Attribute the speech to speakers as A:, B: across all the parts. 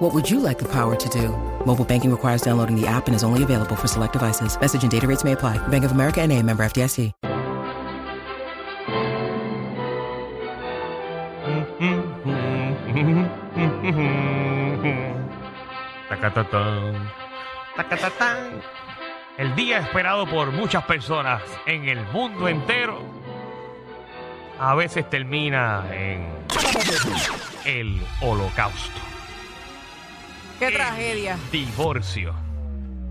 A: What would you like the power to do? Mobile banking requires downloading the app and is only available for select devices. Message and data rates may apply. Bank of America and a member FDIC.
B: Tacatatán. Tacatatán. El día esperado por muchas personas en el mundo entero a veces termina en el holocausto,
C: Eh.
D: Qué tragedia.
B: divorcio.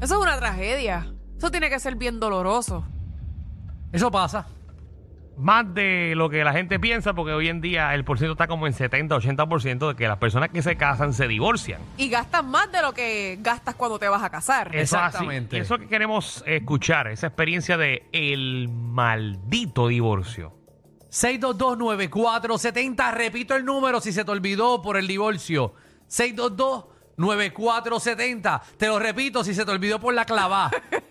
D: Eso es una tragedia. Eso tiene que ser bien doloroso.
C: Eso pasa.
B: Más de lo que la gente piensa, porque hoy en día el porciento está como en 70, 80% de que las personas que se casan se divorcian.
D: Y gastas más de lo que gastas cuando te vas a casar.
C: Eh.
B: Eso es así.
C: Exactamente.
B: Y Eso que queremos escuchar, esa experiencia de el maldito divorcio.
C: 6229470. Repito el número si se te olvidó por el divorcio. 6229470. Te lo repito si se te olvidó por la clavada.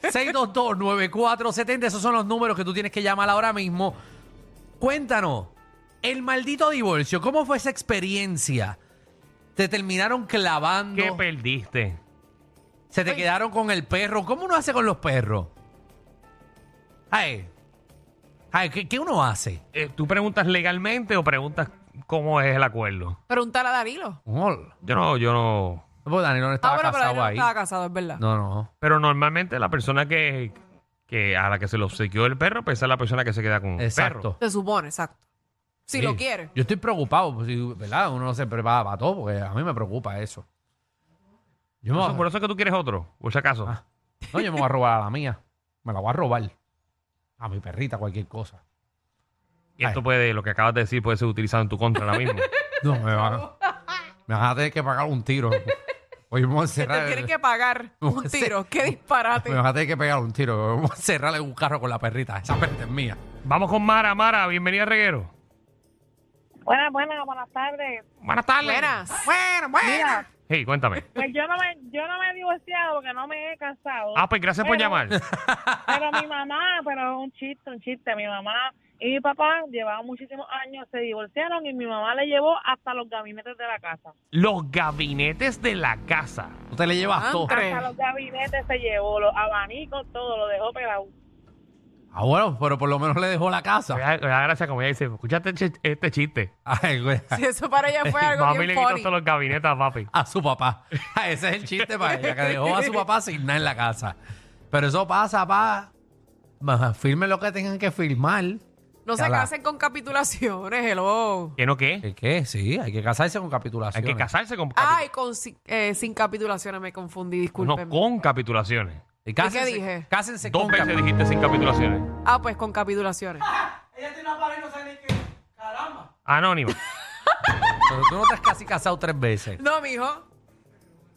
C: 6229470. Esos son los números que tú tienes que llamar ahora mismo. Cuéntanos. El maldito divorcio. ¿Cómo fue esa experiencia? Te terminaron clavando.
B: ¿Qué perdiste?
C: Se te
D: Ay.
C: quedaron con el perro. ¿Cómo uno hace con los perros? Ay. Ay, ¿qué, qué uno hace?
B: Eh, ¿Tú preguntas legalmente o preguntas cómo es el acuerdo?
D: Preguntar a Darilo.
C: No,
B: Yo no, yo no.
C: pues Danilo no
D: Ah,
C: estaba
D: bueno, pero
C: casado
D: Danilo no
C: ahí.
D: estaba casado, es verdad.
C: No, no.
B: Pero normalmente la persona que, que a la que se le obsequió el perro, pues esa es la persona que se queda con el perro.
C: Exacto.
D: Se supone, exacto. Si
C: Sí.
D: lo quiere.
C: Yo estoy preocupado, pues, si- ¿verdad? Uno no se prepara para todo, porque a mí me preocupa eso. Yo me,
B: Por eso- Por
C: voy,
B: eso es que tú quieres otro, por si acaso.
C: Ah. a- no, yo me voy a robar a la mía. Me la voy a robar. A mi perrita, cualquier cosa.
B: y esto puede, lo que acabas de decir, puede ser utilizado en tu contra ahora mismo.
C: No, me van, a- me van a tener que pagar un tiro. Hoy me voy a encerrar.
D: Te tienen que pagar
C: No
D: un
C: sé.
D: tiro. Qué disparate.
C: Me vas a tener que pegar un tiro. Vamos a cerrarle un carro con la perrita. Esa perrita es mía.
B: Vamos con Mara, Mara, bienvenida a Reguero.
E: Buenas, buenas, buenas tardes.
B: Buenas tardes.
D: Buenas.
E: Mira,
B: Hey, cuéntame.
E: pues yo no me, yo no me he divorciado porque no me he casado.
B: Ah, pues gracias por
E: Pero-
B: llamar.
E: Pero mi mamá, pero un chiste, un chiste. Mi mamá y mi papá llevaban muchísimos años, se divorciaron y mi mamá le llevó hasta los gabinetes de la casa.
B: Los gabinetes de la casa.
C: Tú te le llevas todo.
D: André.
E: Hasta los gabinetes se llevó, los abanicos, todo, lo dejó pelado.
C: Ah, bueno, pero por lo menos le dejó la
B: Me
C: casa.
B: da, me da gracia como ella dice, escúchate este, este chiste.
C: Ay, güey.
D: Si eso para ella fue algo
B: Mami
D: bien
B: le quitó
D: funny.
B: hasta los gabinetes a papi.
C: A su papá. Ah, Ese es el chiste para ella, que dejó a su papá sin nada en la casa. Pero eso pasa, pa. Más Firmen lo que tengan que firmar.
D: No se
C: Cala.
D: casen con capitulaciones, hello.
B: ¿Qué no qué?
C: ¿Qué qué? Sí, hay que casarse con capitulación.
B: Hay que casarse con
D: Ay, con, si- eh, sin capitulaciones me confundí,
C: Pues
B: No,
D: disculpen.
B: con capitulaciones.
D: ¿Y qué dije?
C: Cásense
B: Dos
C: con
B: veces
C: capi-
B: dijiste sin capitulaciones.
D: Ah, pues con capitulaciones.
B: Anónimo.
C: Pero tú no te has casi casado tres veces.
D: No, mijo.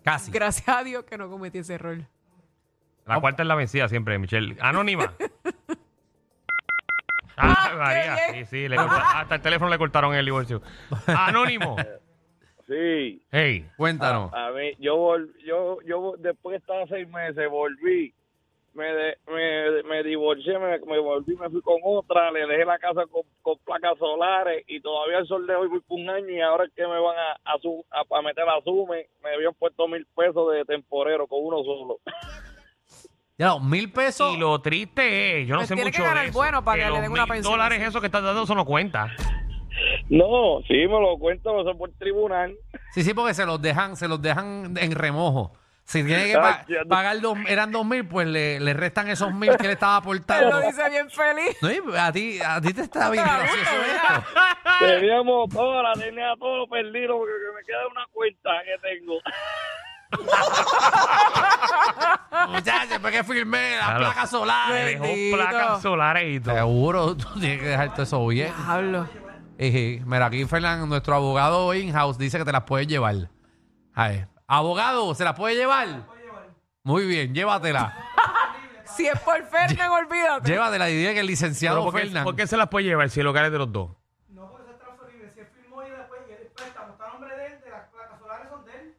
C: Casi.
D: Gracias a Dios que no cometí ese error.
B: La cuarta es la vencida siempre, Michelle. Anónima. Ah,
D: Ah, qué
B: María. Sí,
D: bien.
B: sí, le corta- hasta el teléfono le cortaron el divorcio. Anónimo.
F: Sí,
B: Hey.
C: Cuéntanos.
G: Ah,
F: a mí, yo, vol- yo, yo después de estar seis meses volví, me, de- me, me divorcié, me, me volví, me fui con otra, le dejé la casa con, con placas solares y todavía el sol de hoy voy por un año y ahora es que me van a, a, su- a- a meter a Sume, me habían puesto mil pesos de temporero con uno solo.
C: Ya, no, mil pesos.
B: Y lo triste es, yo no
D: Pues
B: sé
D: tiene
B: mucho
D: que ganar
B: de eso,
D: bueno para que le
B: los
D: den una
B: mil
D: pensión
B: dólares
D: así.
B: eso que estás dando, eso no cuenta.
F: No, sí, me lo cuentan, eso por tribunal.
C: Sí, sí, porque se los dejan, se los dejan en remojo. Si tiene que pa-
F: Ay, ya no.
C: pagar dos, eran dos mil, pues le, le restan esos mil que le estaba
D: Él
C: aportando.
D: lo dice bien feliz.
C: No, y a ti, a ti te está bien gracioso esto.
F: Tenía motora, tenía todo lo perdido porque me queda una cuenta que tengo.
C: Muchachos, porque firmé las
B: Claro.
C: placas
B: Le
C: solares.
B: dejó
D: Bendito.
B: placas solares y todo.
C: Seguro, tú tienes que dejar todo eso bien.
D: Diablo.
C: Ejí, Mira, aquí Fernán, nuestro abogado in-house, dice que te las puedes llevar. A ver, abogado, ¿se las puede llevar? Muy bien, llévatela.
D: Si es por Fernan, olvídate.
C: Lleva de la idea que el licenciado
B: Pero ¿por, qué,
C: Fernan.
B: por qué se las puede llevar si el hogar es de los dos?
H: No, porque eso es transferible. Si él firmó y después y el préstamo está a nombre de él, de las placas solares son de él.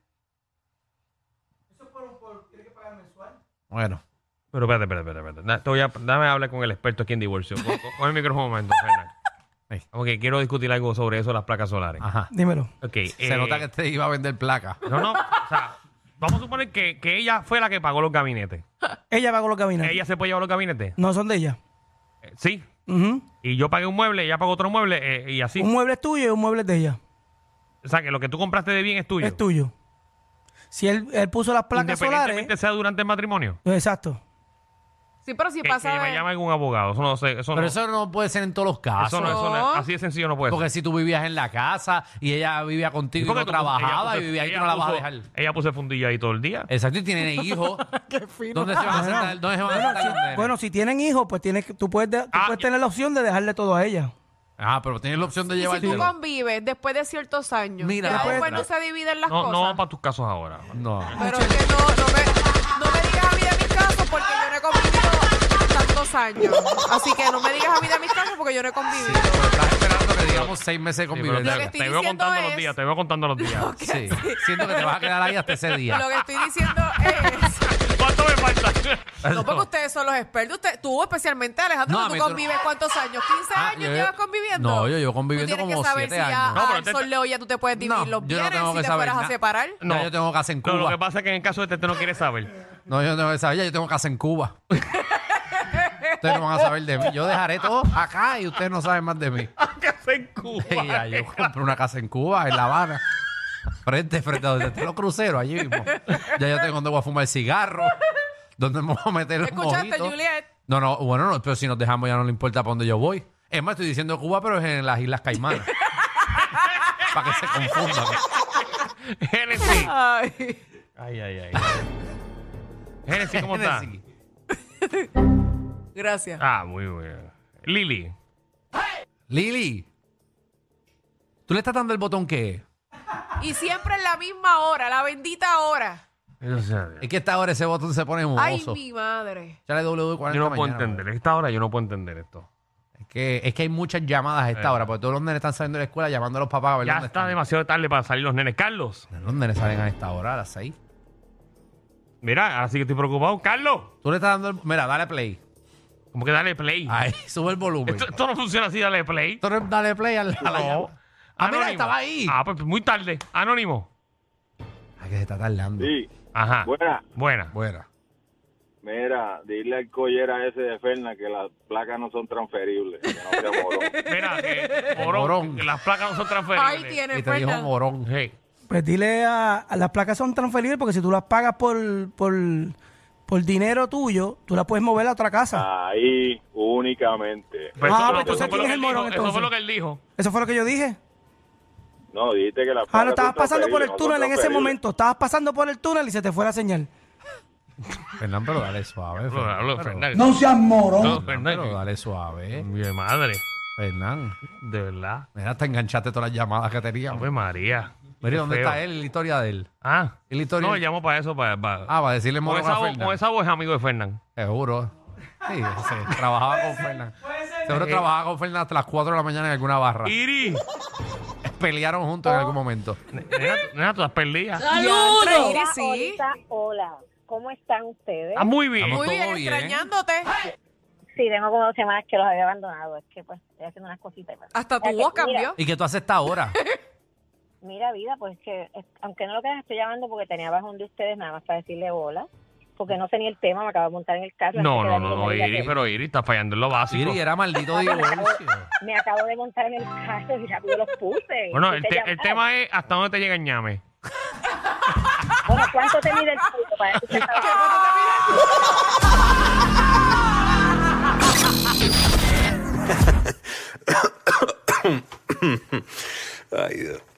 H: Eso es por un por, tiene que pagar mensual.
C: Bueno.
B: Pero espérate, espérate, espérate. espérate. Da- te voy a- dame hablar con el experto aquí en divorcio. Con, con- con el micrófono un momento, Fernan.
C: Ahí.
B: Ok, quiero discutir algo sobre eso, las placas solares.
C: Ajá.
H: Dímelo.
B: Ok,
C: Ah, Se
B: eh,
C: nota que te iba a vender placa.
B: No, no, o sea, vamos a suponer que, que ella fue la que pagó los gabinetes.
H: Ella pagó los gabinetes.
B: ¿Ella se puede llevar los gabinetes?
H: No son de ella.
B: Eh, sí.
H: Ujú.
B: Y yo pagué un mueble, ella pagó otro mueble eh, y así.
H: Un mueble es tuyo y un mueble es de ella.
B: O sea, que lo que tú compraste de bien es tuyo.
H: Es tuyo. Si él, él puso las placas
B: Independientemente
H: solares.
B: sea durante el matrimonio.
H: Exacto.
D: Sí, pero si
B: Que,
D: pasa eh?
B: que me
D: de-
B: llame algún abogado. Eso no sé. Eso
C: Pero
B: no,
C: eso no puede ser en todos los casos.
B: eso no, eso no-
D: No.
B: Así de sencillo no puede
C: porque
B: ser.
C: si tú vivías en la casa y ella vivía contigo y,
B: porque
C: no
B: tú-
C: trabajaba
B: ella
C: y vivía ahí, tú
B: ella
C: no la vas a
B: puso-
C: dejar.
B: Ella puso el fundillo ahí todo el día.
C: Exacto, y tienen hijos. ¿Dónde se van a sentar? ¿Dónde se van a sentar? los nenes?
H: Bueno, si tienen hijos, pues tienes que, tú puedes, de- tú
B: Ah,
H: puedes
B: ya.
H: tener la opción de dejarle todo a ella.
C: Ah, pero tienes la opción de
D: Y si tú
C: llevártelo.
D: convives después de ciertos años,
C: Mira,
D: ya
C: la
D: después
C: otra.
D: no se dividen las
B: No, no
D: cosas.
B: vamos para tus casos ahora.
C: No.
D: pero es que no, no me, no me digas a mí de mis casos porque yo no he convivido tantos años. Así que no me digas a mí de mis casos porque yo no he convivido.
C: Pero estás esperando que digamos seis meses de
B: Sí, pero
C: convivencia.
D: Lo que
B: te,
D: estoy
B: te veo
D: diciendo
B: contando los
D: es-
B: días, te veo contando los días.
D: Ok.
C: Sí. Siento que te vas a quedar ahí hasta ese
D: Lo
C: día.
D: que estoy diciendo es...
B: ¿Cuánto me falta?
D: No, porque ustedes son los expertos. Usted, tú especialmente, Alejandro,
C: No, a
D: tú
C: mí tú no-
D: convives cuántos años? ¿15
C: Ah,
D: años
C: yo-
D: llevas conviviendo?
C: No, yo llevo conviviendo
D: tú tienes
C: como
D: que saber
C: siete
D: si a-
C: años. No,
B: pero
D: al
B: usted-
D: sol de hoy ya tú te puedes dividir
C: No,
D: los
C: yo no
D: bienes
C: tengo
D: si
C: que
D: te
C: saber
D: fueras a
C: na-
D: separar.
C: No. Ya yo tengo casa en
B: No, lo
C: Cuba.
B: que pasa es que en el caso de este, tú no quieres saber.
C: No, yo no voy a saber, ya yo tengo casa en Cuba. ustedes no van a saber de mí. Yo dejaré todo acá y ustedes no saben más de mí.
B: casa en Cuba.
C: Y ya, yo compré una casa en Cuba, en La Habana. Frente, frente a donde están los cruceros, allí mismo. Ya yo tengo donde voy a fumar cigarro, donde me voy a meter los
D: ¿Escuchaste,
C: mojitos.
D: Juliet?
C: No, no, bueno, no, pero si nos dejamos ya no le importa para dónde yo voy. Es más, estoy diciendo Cuba, pero es en las Islas Caimán. para que se confundan.
B: Genesis.
D: Ay.
B: Ay, ay, ay. Genesis, ¿cómo estás?
C: Genesis.
D: Gracias.
B: Ah, muy bien. Lili.
C: Lili, ¿tú le estás dando el botón que es?
D: Y siempre en la misma hora, la bendita hora.
C: Es que esta hora ese botón se pone
D: Ay,
C: mohoso.
D: mi madre.
C: Ya le W40
B: Yo no puedo
C: mañana,
B: entender. Esta hora yo no puedo entender esto.
C: bro. Es que, es que hay muchas llamadas a esta
B: Eh.
C: hora, porque todos los nenes están saliendo de la escuela llamando a los papás a ver
B: Ya
C: dónde
B: está
C: están.
B: demasiado tarde para salir los nenes. Carlos.
C: Los nenes salen a esta hora, a las 6.
B: Mira, ahora sí que estoy preocupado. Carlos.
C: Tú le estás dando el... Mira, dale play.
B: Como que dale play.
C: Ahí, sube el volumen.
B: Esto,
C: Esto,
B: esto no funciona así, dale play.
C: no es dale play al... a la
B: No.
C: llama. Ah, mira, estaba ahí.
B: Ah, pues muy tarde. Anónimo.
C: Ay, que se está tardando.
F: Sí,
B: Ajá.
F: buena.
B: Buena.
C: Buena.
F: Mira, dile al collera ese de Ferna que las placas no son transferibles. Que no sea morón.
B: Mira, que morón,
C: Morón.
B: que las placas no son
D: Ahí
B: transferibles.
D: tiene
C: Y te dijo
D: Fernan.
C: morón.
B: Sí.
H: Pues dile a, a las placas son transferibles porque si tú las pagas por, por, por dinero tuyo, tú las puedes mover a otra casa.
F: Ah. Ahí únicamente.
B: Pero
H: Ah,
B: eso
H: pues
B: fue lo-
H: entonces
B: eso fue lo
H: ¿quién es
B: que él
H: el
B: dijo,
H: morón,
B: Eso fue
H: entonces?
B: lo que él dijo.
H: Eso fue lo que yo dije.
F: No, dijiste que las
H: Ah, no
F: placas son
H: estabas pasando por el
F: transferibles, no
H: túnel
F: son
H: en ese
F: transferibles.
H: momento. Estabas pasando por el túnel y se te fue la señal.
C: Fernán, pero dale suave.
B: Pero,
C: Fernán,
B: hablo,
C: pero-
B: Fernández.
H: No seas morón.
B: No, Fernández,
C: Pero
B: que-
C: dale suave.
B: Mi madre,
C: Fernán.
B: de verdad.
C: Mira, hasta enganchaste todas las llamadas que teníamos.
B: Ave María.
C: Mira,
B: pues, Qué
C: ¿dónde
B: feo.
C: está él? y La historia de él.
B: Ah.
C: ¿Y la historia?
B: No, me llamo para eso, para. para-
C: Ah, para decirle
B: con,
C: morón
B: esa
C: a
B: voz,
C: Fernán.
B: con esa voz es amigo de Fernán.
C: Seguro. Sí, sí, trabajaba con Fernan. Seguro
B: Eh.
C: trabajaba con Fernan hasta las 4 de la mañana en alguna barra.
B: Iri.
C: Pelearon juntos en algún momento.
B: nena, nena, tú estás perdida.
D: ¡Saludos!
G: Hola,
D: Sí.
G: ahorita, hola. ¿Cómo están ustedes?
B: Ah, muy bien.
C: Estamos-
D: Muy bien,
C: Todo bien.
D: extrañándote.
G: Sí, tengo como dos semanas que los había abandonado. Es que pues estoy haciendo unas cositas. pero-
D: Hasta tu
G: Es que,
D: voz
G: mira,
D: cambió.
C: ¿Y qué tú haces esta ahora?
G: Mira, vida, pues que es- aunque no lo creas, estoy llamando porque tenía bajón de ustedes nada más para decirle hola. Porque no sé ni el tema, me acabo de montar en el carro.
B: No,
G: así que
B: no,
G: dale
B: no,
G: con
B: no,
G: la vida
B: Iri,
G: que-
B: pero Iri está fallando en lo básico.
C: Siri era maldito divorcio.
G: Me acabo de montar en el carro y rápido los puse.
B: Bueno,
G: Y
B: el,
G: Pues, te
B: te-
G: llamaba.
B: el tema es hasta dónde te llega el ñame.
G: Bueno, ¿cuánto te mide el pulso para escuchar esta voz?
I: Ay, Dios.